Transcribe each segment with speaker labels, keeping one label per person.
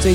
Speaker 1: 最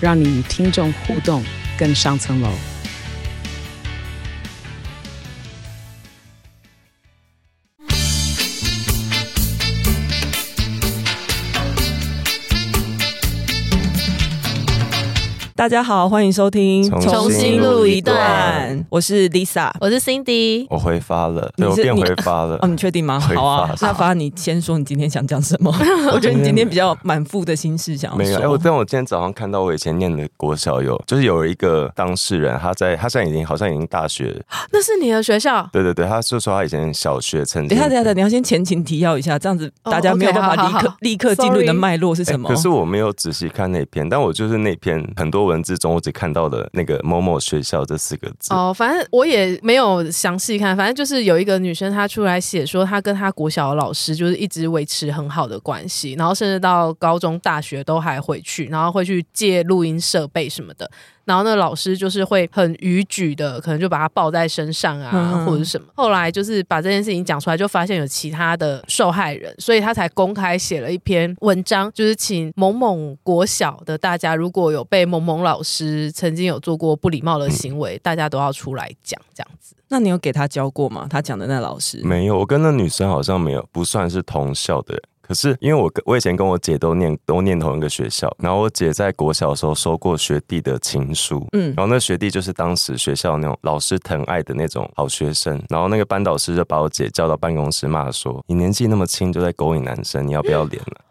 Speaker 1: 让你与听众互动更上层楼。
Speaker 2: 大家好，欢迎收听
Speaker 3: 重新重
Speaker 4: 新录一段，
Speaker 2: 我是 Lisa。
Speaker 4: 我是 Cindy，
Speaker 3: 我回发了，
Speaker 2: 你
Speaker 3: 对我
Speaker 2: 是
Speaker 3: 变
Speaker 2: 你
Speaker 3: 回发了
Speaker 2: 哦，。你确定吗？
Speaker 3: 会
Speaker 2: 好啊
Speaker 3: 发，
Speaker 2: 那发你先说你今天想讲什么？我觉得你今天比较满腹的心事想要
Speaker 3: 没有，哎、我
Speaker 2: 说。
Speaker 3: 但我今天早上看到我以前念的国小有，就是有一个当事人，他在他现在已经好像已经大学，
Speaker 2: 啊
Speaker 4: 那是你的学校，
Speaker 3: 对对对，他就说他以前小学曾经，
Speaker 2: 等一下，等一下，等一下，你要先前情提要一下，这样子
Speaker 4: 哦
Speaker 2: 大家没有办法
Speaker 4: OK，好
Speaker 2: 立
Speaker 4: 好
Speaker 2: 刻
Speaker 4: 好
Speaker 2: 立刻进入你的
Speaker 4: Sorry
Speaker 2: 脉络是
Speaker 3: 哎
Speaker 2: 什么
Speaker 3: 可？是我没有仔细看那篇，但我就是那篇很多文字中，我只看到了那个某某学校这四个字。
Speaker 4: 哦，反正我也没有详细看，反正就是有一个女生她出来写说，她跟她国小的老师就是一直维持很好的关系，然后甚至到高中、大学都还会去，然后会去借录音设备什么的，然后那老师就是会很逾矩的，可能就把她抱在身上啊，
Speaker 2: 嗯
Speaker 4: 或者是什么。后来就是把这件事情讲出来，就发现有其他的受害人，所以她才公开写了一篇文章，就是请某某国小的大家，如果有被某某老师曾经有做过不礼貌的行为，大家都要出来讲这样子。
Speaker 2: 那你有给他教过吗？他讲的那老师，
Speaker 3: 没有，我跟那女生好像没有，不算是同校的人。可是因为我跟我以前跟我姐都念都念同一个学校，然后我姐在国小的时候收过学弟的情书，
Speaker 2: 嗯
Speaker 3: 嗯，然后那学弟就是当时学校那种老师疼爱的那种好学生，然后那个班导师就把我姐叫到办公室骂说：“你年纪那么轻就在勾引男生，你要不要脸了、啊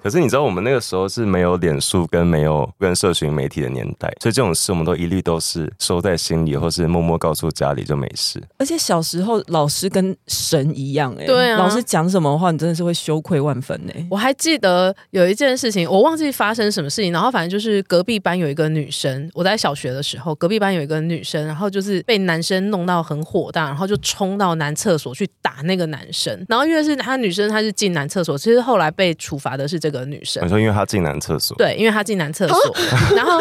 Speaker 3: 可是你知道我们那个时候是没有脸书跟没有跟社群媒体的年代，所以这种事我们都一律都是收在心里，或是默默告诉家里就没事。
Speaker 2: 而且小时候老师跟神一样哎、
Speaker 4: 对啊
Speaker 2: 老师讲什么话，你真的是会羞愧万分哎、
Speaker 4: 我还记得有一件事情，我忘记发生什么事情，然后反正就是隔壁班有一个女生，我在小学的时候，隔壁班有一个女生，然后就是被男生弄到很火大，然后就冲到男厕所去打那个男生，然后因为是她女生，她是进男厕所，其实后来被处罚的是这个女生
Speaker 3: 你。说因为他进男厕所，
Speaker 4: 对，因为她进男厕所，
Speaker 2: 啊
Speaker 4: 然后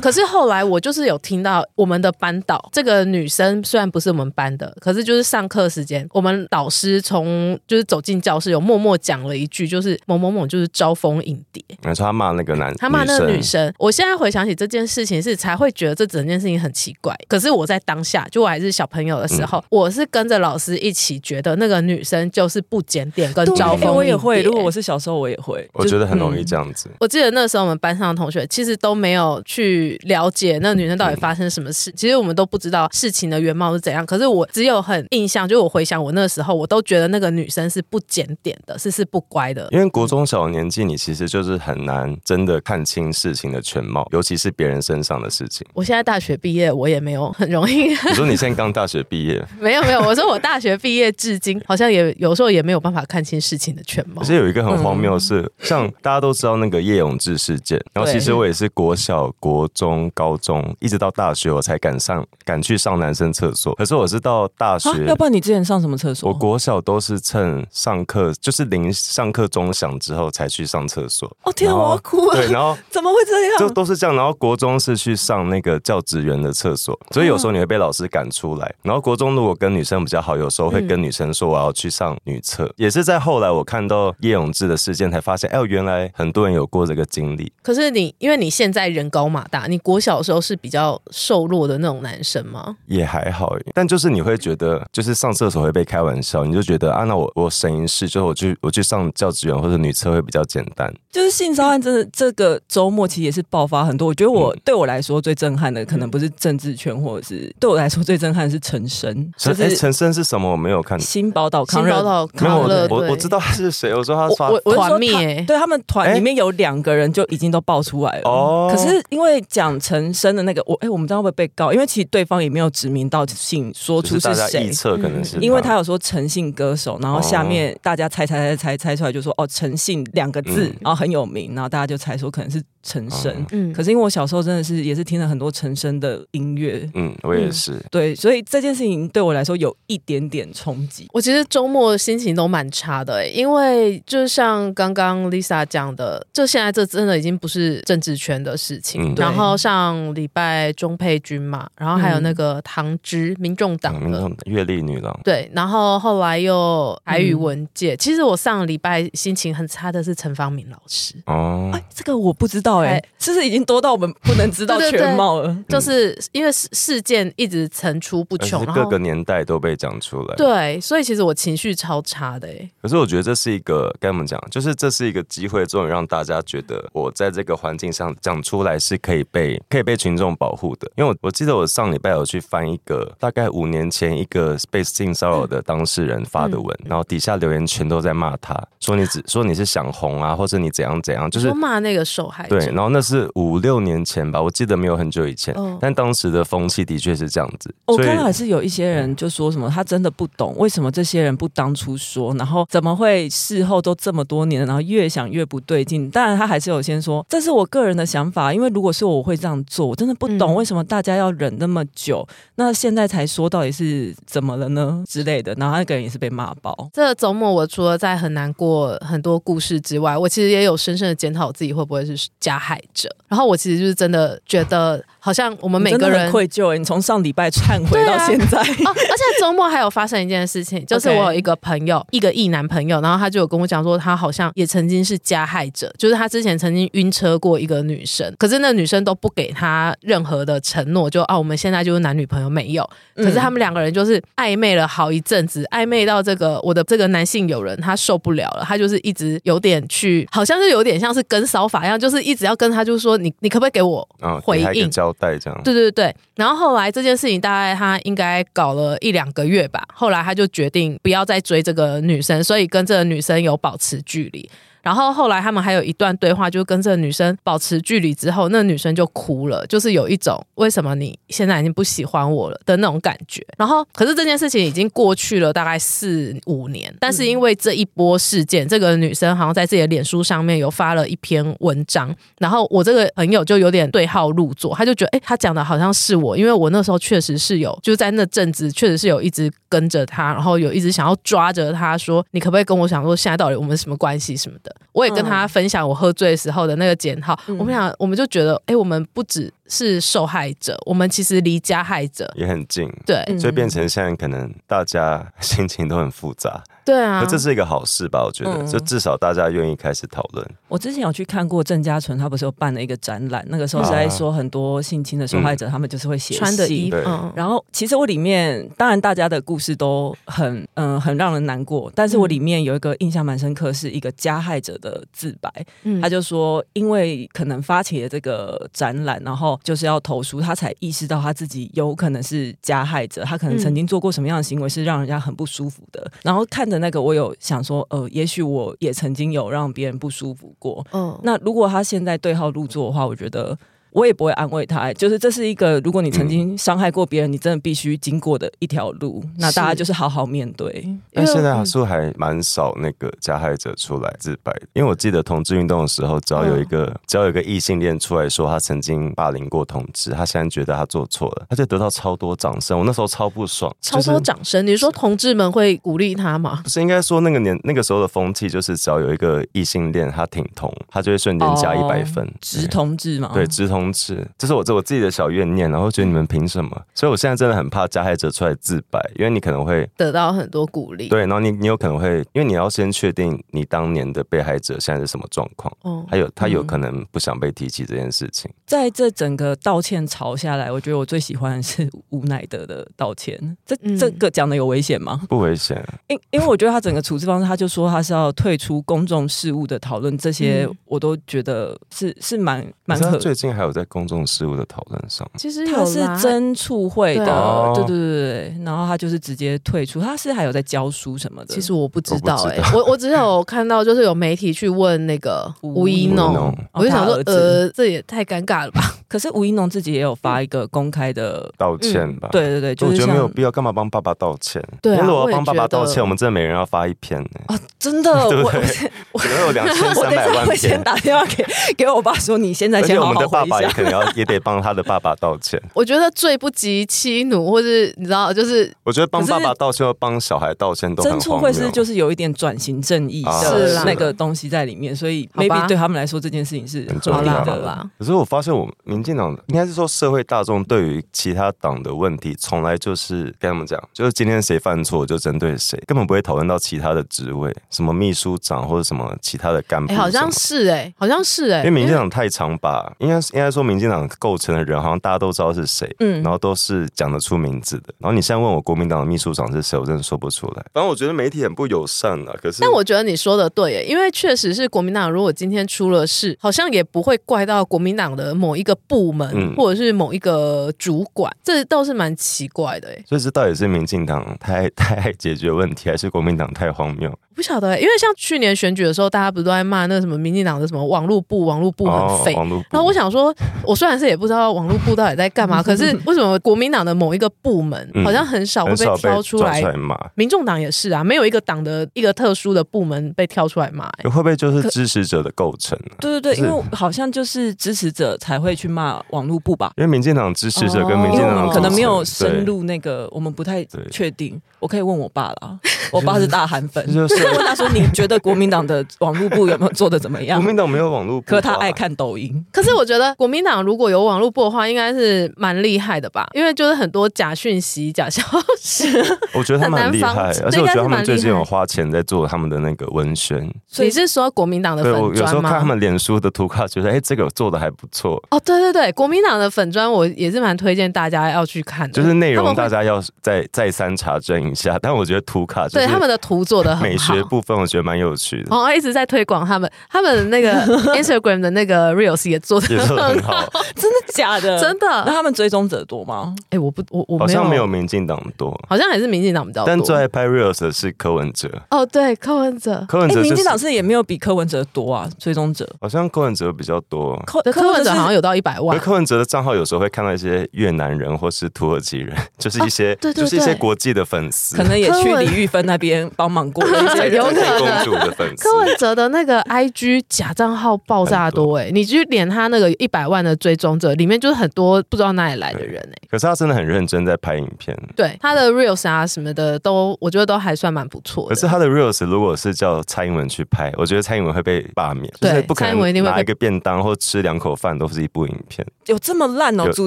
Speaker 4: 可是后来我就是有听到我们的班导，这个女生虽然不是我们班的，可是就是上课时间，我们导师从就是走进教室有默默讲了一句，就是某某某就是招蜂引蝶，
Speaker 2: 嗯
Speaker 3: 你说他骂那个男，
Speaker 4: 他骂那个女
Speaker 3: 生，
Speaker 4: 生。我现在回想起这件事情是才会觉得这整件事情很奇怪，可是我在当下就我还是小朋友的时
Speaker 2: 嗯
Speaker 4: 候，我是跟着老师一起觉得那个女生就是不检点跟招
Speaker 2: 对
Speaker 4: 蜂引蝶。
Speaker 2: 我也会，如果我是小时候，我也会。
Speaker 3: 我觉得很容易
Speaker 2: 讲。嗯
Speaker 3: 这样子。
Speaker 4: 我记得那时候我们班上的同学其实都没有去了解那女生到底发生什么事，其实我们都不知道事情的原貌是怎样。可是我只有很印象，就是我回想我那时候，我都觉得那个女生是不检点的，是是不乖的。
Speaker 3: 因为国中小的年纪，你其实就是很难真的看清事情的全貌，尤其是别人身上的事情。
Speaker 4: 我现在大学毕业，我也没有很容易，
Speaker 3: 你说你现在刚大学 毕业，
Speaker 4: 没有没有。我说我大学毕业至今，好像也有时候也没有办法看清事情的全貌
Speaker 3: 而。且有一个很荒谬的是，像大家都知道那个叶永志事
Speaker 2: 嗯
Speaker 3: 件，然后其实我也是国小、国中、高中，一直到大学我才敢上敢去上男生厕所。可是我是到大学
Speaker 2: 啊，，要不然你之前上什么厕所？
Speaker 3: 我国小都是趁上课就是铃上课钟响之后才去上厕所。
Speaker 2: 哦天啊，
Speaker 3: 然后
Speaker 2: 我要哭了！
Speaker 3: 对，然后
Speaker 2: 怎么会这样？
Speaker 3: 就都是这样。然后国中是去上那个教职员的厕所，
Speaker 2: 嗯
Speaker 3: 所以有时候你会被老师赶出来。然后国中如果跟女生比较好，有时候会
Speaker 2: 嗯
Speaker 3: 跟女生说我要去上女厕。也是在后来我看到叶永志的事件，才发现，哎呦，原来很多人有过这个经历。
Speaker 4: 可是你，因为你现在人高马大，你国小的时候是比较瘦弱的那种男生吗？
Speaker 3: 也还好，但就是你会觉得，就是上厕所会被开玩笑，你就觉得啊，那我我省一事，就是我去我去上教职员或者女厕会比较简单。
Speaker 2: 就是性骚案，真的这个周末其实也是爆发很多。我觉得我、
Speaker 3: 嗯
Speaker 2: 对我来说最震撼的，可能不是政治圈，或者是对我来说最震撼的是陈升，就
Speaker 3: 陈哎，
Speaker 2: 是
Speaker 3: 陈升是什么？我没有看，
Speaker 2: 新宝岛
Speaker 4: 新
Speaker 2: 康乐。
Speaker 4: 宝岛
Speaker 3: 没有
Speaker 4: 康乐
Speaker 3: 我
Speaker 4: 队，
Speaker 3: 我我知道他是谁，我说他
Speaker 4: 我
Speaker 3: 发
Speaker 4: 我我是
Speaker 2: 说
Speaker 4: 团灭
Speaker 2: 他
Speaker 4: 欸
Speaker 2: 对他们团
Speaker 3: 哎
Speaker 2: 里面有两个人就已经都爆出来了。
Speaker 3: 哦
Speaker 2: 可是因为讲陈升的那个，我哎、我们这样会不会被告？因为其实对方也没有指名道姓说
Speaker 3: 就
Speaker 2: 出
Speaker 3: 是大
Speaker 2: 是
Speaker 3: 家
Speaker 2: 谁嗯
Speaker 3: 臆，测可能是
Speaker 2: 因为他有说诚信歌手，然后
Speaker 3: 哦
Speaker 2: 下面大家猜猜猜猜猜出来，就说哦诚信两个字
Speaker 3: 嗯，哦
Speaker 2: 然后很有名，然后大家就猜说可能是陈升。
Speaker 4: 嗯，
Speaker 2: 可是因为我小时候真的是也是听了很多陈升的音乐，
Speaker 3: 嗯，我也是。
Speaker 2: 对，所以这件事情对我来说有一点点冲击。
Speaker 4: 我其实周末心情都蛮差的、欸，因为就像刚刚 Lisa 讲的，这现在这真的已经不是政治圈的事情。
Speaker 3: 嗯
Speaker 4: 然后上礼拜钟佩君嘛，然后还有那个唐芝，民众党
Speaker 3: 嗯
Speaker 4: 的。
Speaker 3: 那种阅历女郎，
Speaker 4: 对，然后后来又台语文界。其实我上礼拜心情很差的是陈方明老师，
Speaker 3: 哦，
Speaker 2: 哎，这个我不知道哎、
Speaker 4: 哎
Speaker 2: 是不是已经多到我们不能知道
Speaker 4: 对对对
Speaker 2: 全貌了？
Speaker 4: 就是因为事事件一直层出不
Speaker 3: 而且嗯
Speaker 4: 穷，
Speaker 3: 呃是
Speaker 4: 然
Speaker 3: 各
Speaker 4: 后
Speaker 3: 个年代都被讲出来。
Speaker 4: 对，所以其实我情绪超差的、欸。
Speaker 3: 可是我觉得这是一个该怎么讲，就是这是一个机会，终于让大家觉得我在这个环境上讲出来是可以被可以被群众保护的。因为我我记得我上礼拜有去翻一个大概五年前一个被性骚扰的当事人发的文，
Speaker 4: 嗯
Speaker 3: 然后底下留言全都在骂他，说你只说你是想红啊，或者你怎样怎样，就是
Speaker 4: 我骂那个受害者，
Speaker 3: 对，然后那是五六年前吧，我记得没有很久以前，
Speaker 4: 哦
Speaker 3: 但当时的风气的确是这样子。
Speaker 2: 我
Speaker 3: 所以
Speaker 2: 看到还是有一些人就说什么，他真的不懂为什么这些人不当初说，然后怎么会事后都这么多年了，然后越想越不对劲。当然，他还是有先说这是我个人的想法，因为如果是我，我会这样做。我真的不懂
Speaker 4: 嗯
Speaker 2: 为什么大家要忍那么久，那现在才说到底是怎么了呢之类的。然后那个人也是被骂爆。
Speaker 4: 这周末我除了在很难过很多故事之外，我其实也有深深的检讨自己会不会是加害者。然后我其实就是真的觉得，好像我们每
Speaker 2: 你
Speaker 4: 个
Speaker 2: 真的很
Speaker 4: 人。
Speaker 2: 愧疚、欸，你从上礼拜忏悔
Speaker 4: 对
Speaker 2: 到
Speaker 4: 啊
Speaker 2: 现 在，
Speaker 4: 哦，而且周末还有发生一件事情，就是我有一个朋友一个异男朋友，然后他就有跟我讲说，他好像也曾经是加害者，就是他之前曾经晕车过一个女生，可是那女生都不给他任何的承诺，就啊，我们现在就是男女朋友没有，可
Speaker 3: 嗯
Speaker 4: 是他们两个人就是暧昧了好一阵子，暧昧到这个我的这个男性友人他受不了了，他就是一直有点去，好像是有点像是跟骚法一样，就是一直要跟他就说你你可不可以给我
Speaker 3: 嗯，
Speaker 4: 回
Speaker 3: 给他一个
Speaker 4: 应
Speaker 3: 交代这样。
Speaker 4: 对对对，然后后来这件事情大概他应该搞了一两个月吧，后来他就决定不要再追这个女生，所以跟这个女生有保持距离。然后后来他们还有一段对话，就跟这个女生保持距离之后，那女生就哭了，就是有一种为什么你现在已经不喜欢我了的那种感觉。然后，可是这件事情已经过去了大概四五年，但是因为这一波事件，这个女生好像在自己的脸书上面有发了一篇文章，然后我这个朋友就有点对号入座，他就觉得，哎、他讲的好像是我，因为我那时候确实是有，就是在那阵子确实是有一直跟着他，然后有一直想要抓着他说，你可不可以跟我想说，现在到底我们什么关系什么的。我也跟
Speaker 2: 嗯
Speaker 4: 他分享我喝醉时候的那个检讨，我们俩我们就觉得，哎、我们不只是受害者，我们其实离加害者，
Speaker 3: 也很近，
Speaker 4: 对、
Speaker 2: 嗯
Speaker 3: 所以变成现在可能大家 心情都很复杂，
Speaker 4: 对啊
Speaker 3: 那、，这是一个好事吧？我觉得，
Speaker 2: 嗯
Speaker 3: 就至少大家愿意开始讨论。
Speaker 2: 我之前有去看过郑家纯，他不是有办了一个展览，那个时候是
Speaker 3: 啊
Speaker 2: 在说很多性侵的受害者，他们就是会写
Speaker 4: 嗯穿的
Speaker 2: 信
Speaker 4: 衣服，
Speaker 3: 对
Speaker 4: 嗯
Speaker 2: 然后其实我里面，当然大家的故事都很嗯、很让人难过，但是我里面有一个印象蛮深刻，是一个加害者的自白，
Speaker 4: 嗯
Speaker 2: 他就说因为可能发起了这个展览，然后就是要投诉，他才意识到他自己有可能是加害者，他可能曾经做过什么样的行为是让人家很不舒服的。然后看着那个，我有想说，呃，也许我也曾经有让别人不舒服过，
Speaker 4: 嗯
Speaker 2: 那如果他现在对号入座的话，我觉得我也不会安慰他、就是这是一个，如果你曾经伤害过别人，你真的必须经过的一条路。
Speaker 4: 嗯
Speaker 2: 那大家就是好好面对。
Speaker 4: 因为
Speaker 3: 但现在
Speaker 4: 嗯
Speaker 3: 是不是还蛮少那个加害者出来自白的？因为我记得同志运动的时候，只要
Speaker 4: 嗯
Speaker 3: 有一个、只要有一个异性恋出来说他曾经霸凌过同志，他现在觉得他做错了，他就得到超多掌声。我那时候超不爽，
Speaker 4: 超
Speaker 3: 就是
Speaker 4: 多掌声，你说同志们会鼓励他吗？
Speaker 3: 不是应该说那个年那个时候的风气，就是只要有一个异性恋他挺同，他就会瞬间加一百分。
Speaker 2: 哦直同志嘛，
Speaker 3: 对直同志，这是我这我自己的小怨念，然后觉得你们凭什么？所以我现在真的很怕加害者出来自白，因为你可能会
Speaker 4: 得到很多鼓励，
Speaker 3: 对，然后你你有可能会，因为你要先确定你当年的被害者现在是什么状况，
Speaker 4: 哦，
Speaker 3: 还有他有
Speaker 2: 嗯
Speaker 3: 可能不想被提起这件事情。
Speaker 2: 在这整个道歉潮下来，我觉得我最喜欢的是吴乃德的道歉。这、
Speaker 4: 嗯
Speaker 2: 这个讲的有危险吗？
Speaker 3: 不危险，
Speaker 2: 因因为我觉得他整个处置方式，他就说他是要退出公众事务的讨论，这些
Speaker 4: 嗯
Speaker 2: 我都觉得是是蛮蛮
Speaker 3: 可是
Speaker 2: 可
Speaker 3: 他最近还有在公众事务的讨论上，
Speaker 4: 其实
Speaker 2: 他
Speaker 4: 有
Speaker 2: 是
Speaker 4: 啦
Speaker 2: 真促会
Speaker 4: 对
Speaker 2: 的
Speaker 3: 啊，
Speaker 2: 对对对对，然后他就是直接退出，他是还有在教书什么的。哦
Speaker 4: 其实我不知
Speaker 3: 我不
Speaker 4: 道
Speaker 3: 知
Speaker 4: 哎、我我只有看到就是有媒体去问那个
Speaker 2: 吴
Speaker 4: 吴一
Speaker 2: 一
Speaker 4: 农
Speaker 3: 农，
Speaker 4: 我就想说呃
Speaker 2: 哦他儿，子
Speaker 4: 呃，这也太尴尬了吧？
Speaker 2: 可是吴一农自己也有发一个公开的，
Speaker 3: 道歉吧。
Speaker 2: 对对对，就
Speaker 3: 我
Speaker 2: 是
Speaker 3: 觉得
Speaker 2: 像
Speaker 3: 没有必要，干嘛帮爸爸道歉？
Speaker 4: 对啊
Speaker 3: 因为如果要
Speaker 4: 我也
Speaker 3: 帮爸
Speaker 4: 觉
Speaker 3: 爸道
Speaker 4: 得
Speaker 3: 歉，我们真的每人要发一篇呢，
Speaker 2: 啊，真的，我
Speaker 3: 对不
Speaker 2: 我
Speaker 3: 对
Speaker 2: 我
Speaker 3: 可能有两千
Speaker 2: 我
Speaker 3: 三
Speaker 2: 等一
Speaker 3: 百
Speaker 2: 下
Speaker 3: 万
Speaker 2: 会先
Speaker 3: 篇。
Speaker 2: 打电话给给我爸说，你现在
Speaker 3: 而
Speaker 2: 先
Speaker 3: 且我
Speaker 2: 好
Speaker 3: 们
Speaker 2: 好
Speaker 3: 的
Speaker 2: 回
Speaker 3: 爸
Speaker 2: 一
Speaker 3: 爸也
Speaker 2: 下。
Speaker 3: 可能要也得帮他的爸爸道 歉。
Speaker 4: 我觉得最不及妻奴，或是你知道，就是
Speaker 3: 我觉得帮
Speaker 2: 可是
Speaker 3: 爸爸道歉和帮小孩道歉都很
Speaker 2: 真处
Speaker 3: 荒
Speaker 2: 会
Speaker 3: 谬。
Speaker 2: 是就是有一点转型正义
Speaker 3: 啊
Speaker 4: 是
Speaker 2: 的
Speaker 4: 啦
Speaker 2: 那个东西在里面，所以
Speaker 4: 好吧
Speaker 2: maybe 对他们来说这件事情是
Speaker 3: 很重
Speaker 2: 合
Speaker 4: 好
Speaker 2: 理
Speaker 3: 要
Speaker 4: 啦
Speaker 3: 对
Speaker 4: 好
Speaker 2: 的。
Speaker 4: 啦，
Speaker 3: 可是我发现，我们民进党应该是说社会大众对于其他党的问题，从来就是跟他们讲，就是今天谁犯错就针对谁，根本不会讨论到其他的职位，什么秘书长或者什么其他的干部
Speaker 4: 哎、
Speaker 3: 什么。
Speaker 4: 好像是哎、好像是哎、
Speaker 3: 因为民进党太长吧，应该是应该说民进党构成的人好像大家都知道是谁，
Speaker 2: 嗯
Speaker 3: 然后都是讲得出名字的。然后你现在问我国民党的秘书长是谁，我真的说不出来。反正我觉得媒体很不友善啊，可是
Speaker 4: 但我觉得你说的对耶，欸因为确实是国民党，如果今天出了事，好像也不会怪到国民党的某一个部门、
Speaker 3: 嗯
Speaker 4: 或者是某一个主管，这倒是蛮奇怪的耶。欸
Speaker 3: 所以这到底是民进党太太爱解决问题，还是国民党太荒谬？
Speaker 4: 不晓得耶，因为像去年选举的时候，大家不是都在骂那个什么民进党的什么网络部，网络部很废。
Speaker 3: 哦网络部
Speaker 4: 然后我想说，我虽然是也不知道网络部到底在干 嘛，可是为什么国民党的某一个部门
Speaker 3: 嗯
Speaker 4: 好像很少会
Speaker 3: 很
Speaker 4: 被
Speaker 3: 少被抓
Speaker 4: 挑出来？
Speaker 3: 骂。
Speaker 4: 民众党也是啊，没有一个党的一个特殊的部门被挑出来骂、欸。
Speaker 3: 会不会就是支持者的构成呢、
Speaker 2: 对对对，
Speaker 3: 是
Speaker 2: 因为好像就是支持者才会去骂网络部吧，
Speaker 3: 因为民进党支持者跟民
Speaker 2: 因
Speaker 3: 进
Speaker 2: 为
Speaker 3: 党
Speaker 2: 我们哦
Speaker 3: 的构
Speaker 2: 可
Speaker 3: 成
Speaker 2: 能没有
Speaker 3: 对
Speaker 2: 深入那个，我们不太
Speaker 3: 对
Speaker 2: 确定。我可以问我爸 啦，我爸是大韩粉，
Speaker 3: 这就是
Speaker 2: 问他说你觉得国民党的网络部有没有做的怎么样
Speaker 3: 国？民党没有网络啊部吧，
Speaker 2: 可他爱看抖音，
Speaker 4: 可是我觉得国民党如果有网络部的话，应该是蛮厉害的吧？因为就是很多假讯息、假消息。
Speaker 3: 我觉得他们很厉
Speaker 4: 很难
Speaker 3: 害
Speaker 4: 防止，
Speaker 3: 而且我觉得他
Speaker 4: 应该是蛮
Speaker 3: 们最近
Speaker 4: 厉害
Speaker 3: 有花钱在做他们的那个文宣。
Speaker 2: 所以
Speaker 4: 你是说国民党的
Speaker 3: 对我
Speaker 4: 粉
Speaker 3: 有时
Speaker 4: 砖
Speaker 3: 候看他
Speaker 4: 吗？
Speaker 3: 们脸书的图卡，觉得哎、这个做的还不错，
Speaker 4: 哦，对对对，国民党的粉砖我也是蛮推荐大家要去看的，
Speaker 3: 就是内容
Speaker 4: 他
Speaker 3: 大
Speaker 4: 们会
Speaker 3: 家要再再三查证一下。但我觉得图卡就
Speaker 4: 对
Speaker 3: 是
Speaker 4: 他们的图做的很好。
Speaker 3: 美学部分，我觉得蛮有趣的，
Speaker 4: 哦，一直在推广他们，他 们那个 Instagram 的那个 Reels 也做的
Speaker 3: 也做的很好，
Speaker 2: 真的假的？
Speaker 4: 真的。
Speaker 2: 那
Speaker 4: 哎、
Speaker 2: 他们追踪者多吗？
Speaker 4: 我不， 我我
Speaker 3: 好
Speaker 4: 没
Speaker 3: 像
Speaker 4: 有，
Speaker 3: 没有，民进党多。
Speaker 4: 好像还是民进党比较多。
Speaker 3: 但最爱拍 reels 的是柯文哲，
Speaker 4: 哦，对，柯文哲，
Speaker 3: 柯文
Speaker 2: 哎、
Speaker 3: 哲、就是
Speaker 2: 民进党是也没有比柯文哲多啊，追踪者。
Speaker 3: 好像柯文哲比较多，
Speaker 2: 柯
Speaker 4: 柯文哲好
Speaker 2: 是
Speaker 4: 像有到一百
Speaker 3: 而
Speaker 4: 万。
Speaker 3: 柯文哲的账号有时候会看到一些越南人或是土耳其人， 就是一些、
Speaker 4: 啊对对
Speaker 3: 就是一
Speaker 4: 对
Speaker 3: 些国际的粉丝，
Speaker 2: 可能也
Speaker 4: 柯
Speaker 2: 去
Speaker 4: 文
Speaker 2: 李玉芬那边帮忙过
Speaker 4: 对有可能
Speaker 3: 公主的粉丝
Speaker 4: 柯。文哲的那个 IG 假账号爆炸多哎、你去连他那个一百万的追踪者，里面就是很多不知道哪里来的人哎、
Speaker 3: 可是他真的很认真在拍影片。
Speaker 4: 对，他的 Reels 啊什么的都，我觉得都还算蛮不错
Speaker 3: 可是
Speaker 4: 的。
Speaker 3: 他的 reels 如果是叫蔡英文去拍，我觉得蔡英文会被罢免，
Speaker 4: 对
Speaker 3: 就是不可
Speaker 4: 蔡英文一定
Speaker 3: 能
Speaker 4: 会被
Speaker 3: 拿一个便当或吃两口饭都是一部影片，
Speaker 2: 有这么烂哦，
Speaker 3: 有
Speaker 2: 主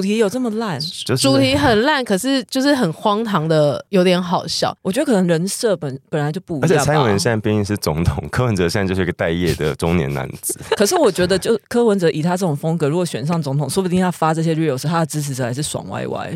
Speaker 2: 题有这么烂。
Speaker 3: 就是
Speaker 4: 主题很烂，可是就是很荒唐的，有点好笑。
Speaker 2: 我觉得可能人设本本来就不一样
Speaker 3: 而
Speaker 2: 吧。
Speaker 3: 且蔡英文现在毕竟是总统，柯文哲现在就是一个待业的中年男子。
Speaker 2: 可是我觉得，就柯文哲以他这种风格，如果选上总统，说不定他发这些 reels，他的支持者还是爽歪歪。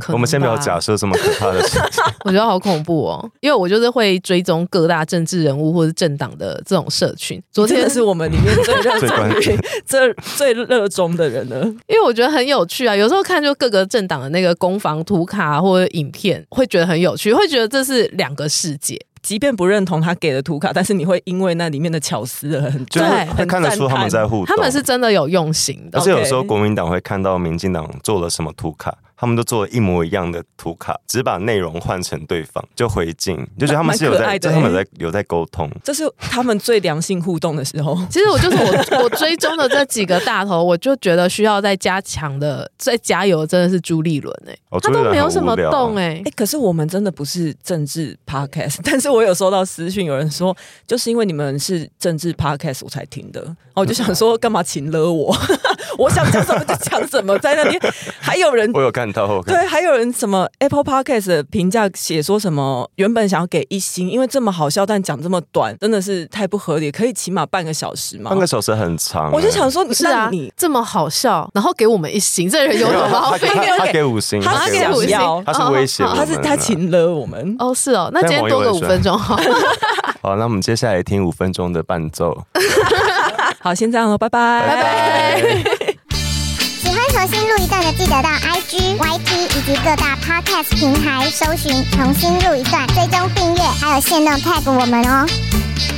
Speaker 4: 可能
Speaker 3: 我们先不要
Speaker 4: 吧
Speaker 3: 假设这么可怕的事 情，
Speaker 4: 我觉得好恐怖哦，因为我就是会追踪各大政治人物或者政党的这种社群。昨
Speaker 2: 真
Speaker 4: 天
Speaker 2: 的是，我们里面最热
Speaker 3: 最关
Speaker 2: 衷于、 最最热衷的人了。
Speaker 4: 因为我觉得很有趣啊，有时候看就各个政党的那个攻防图卡或者影片，会觉得很有趣，会觉得这是两个世界。
Speaker 2: 即便不认同他给的图卡，但是你会因为那里面的巧思而很
Speaker 3: 就是
Speaker 4: 对
Speaker 3: 会
Speaker 2: 很
Speaker 3: 看得出他们
Speaker 2: 赞叹
Speaker 3: 在互动。
Speaker 4: 他们是真的有用心的
Speaker 3: 而
Speaker 2: 哦。
Speaker 3: 且有时候
Speaker 2: OK
Speaker 3: 国民党会看到民进党做了什么图卡，他们都做了一模一样的图卡，只把内容换成对方就回敬，就觉得他们是有
Speaker 2: 蛮可
Speaker 3: 在，
Speaker 2: 爱的欸
Speaker 3: 就他们有在有在沟通。
Speaker 2: 这是他们最良性互动的时候。
Speaker 4: 其实我就是我， 我追踪的这几个大头，我就觉得需要再加强的、再加油，真的是朱立伦哎、
Speaker 3: 哦
Speaker 4: 他
Speaker 3: 朱立
Speaker 4: 都
Speaker 3: 伦
Speaker 4: 没有
Speaker 3: 很
Speaker 4: 什么
Speaker 3: 无聊啊
Speaker 4: 动哎、
Speaker 2: 哎、可是我们真的不是政治 podcast，但 是我有收到私讯，有人说就是因为你们是政治 podcast 我才听的，然后我就想说干嘛请了我， 我想讲什么就讲什么，在那 边还有人
Speaker 3: 我有看到，我有看到
Speaker 2: 对，还有人什么 Apple Podcast 的评价写说什么原本想要给一星，因为这么好笑，但讲这么短，真的是太不合理，可以起码半个小时吗？
Speaker 3: 半个小时很长、欸
Speaker 2: 我就想说，
Speaker 4: 是啊
Speaker 2: 那你，
Speaker 4: 这么好笑，然后给我们一星，这人有
Speaker 3: 没
Speaker 4: 什
Speaker 3: 有
Speaker 4: 么毛
Speaker 3: 他
Speaker 4: 病？
Speaker 3: 他他
Speaker 2: 给
Speaker 3: 给五星，
Speaker 2: 他
Speaker 3: 给
Speaker 2: 想
Speaker 3: 五星
Speaker 2: 要
Speaker 3: 他是威胁我
Speaker 2: 哦
Speaker 3: 们
Speaker 2: 他
Speaker 3: 啊
Speaker 2: 是他。请了我们，
Speaker 4: 哦，是哦，那今天多个五分钟好了。
Speaker 3: 好，那我们接下来听五分钟的伴奏，
Speaker 2: 好，先这样哦，拜拜，
Speaker 4: 拜 拜。
Speaker 5: 喜欢重新录一段的，记得到 IG、YT 以及各大 Podcast 平台搜寻“重新录一段”，追踪订阅，还有限定 tag 我们哦。